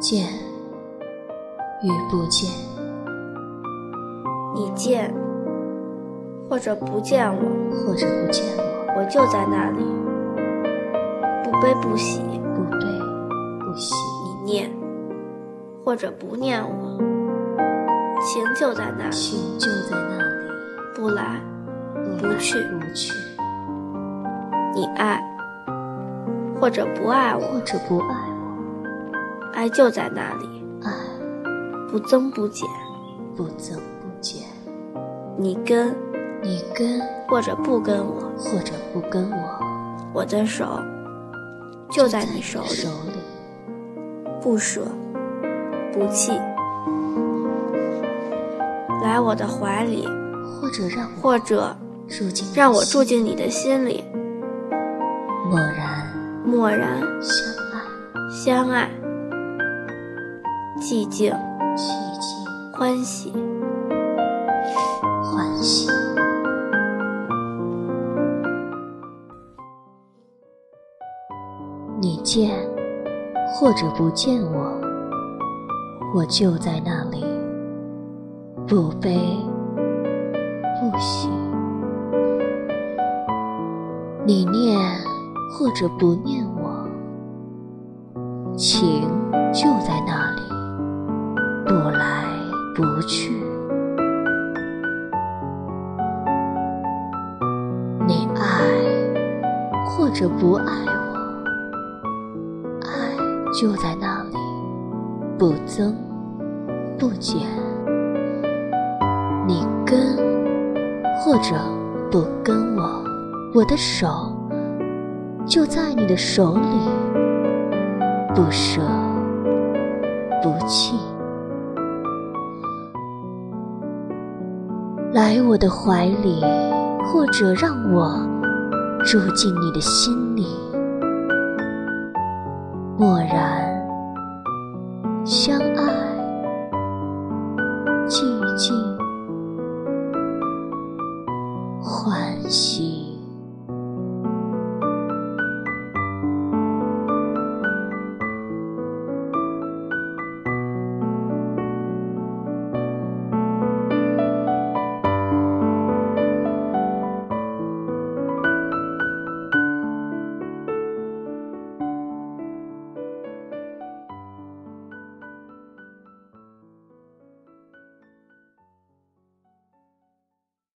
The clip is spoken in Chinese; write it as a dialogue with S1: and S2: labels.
S1: 见与不见，
S2: 你见或者不见我，
S1: 或者不见我，
S2: 我就在那里，不悲不喜。
S1: 不悲不喜，
S2: 你念或者不念我，情就在那里，
S1: 心就在那
S2: 不来
S1: 里，
S2: 不
S1: 来
S2: 去
S1: 不去，
S2: 你爱或者不爱
S1: 或
S2: 我，
S1: 者不爱我，
S2: 爱就在那里，
S1: 爱
S2: 不增不减。
S1: 不增不减。
S2: 你跟
S1: 你跟
S2: 或者不跟我，
S1: 或者不跟我，
S2: 我的手就在你手里
S1: 手，里
S2: 不舍不弃，来我的怀里，
S1: 或者让我
S2: 或者
S1: 住进你
S2: 让我
S1: 心
S2: 住进你的心里，
S1: 默然
S2: 默然
S1: 相爱，
S2: 相爱，寂静
S1: 寂静
S2: 欢喜。
S1: 欢喜。你见或者不见我，我就在那里，不悲不喜。你念或者不念我，情就在那里，不来不去。你爱或者不爱我，爱就在那里，不增不减。你跟或者不跟我，我的手就在你的手里，不舍不弃。来我的怀里，或者让我住进你的心里，默然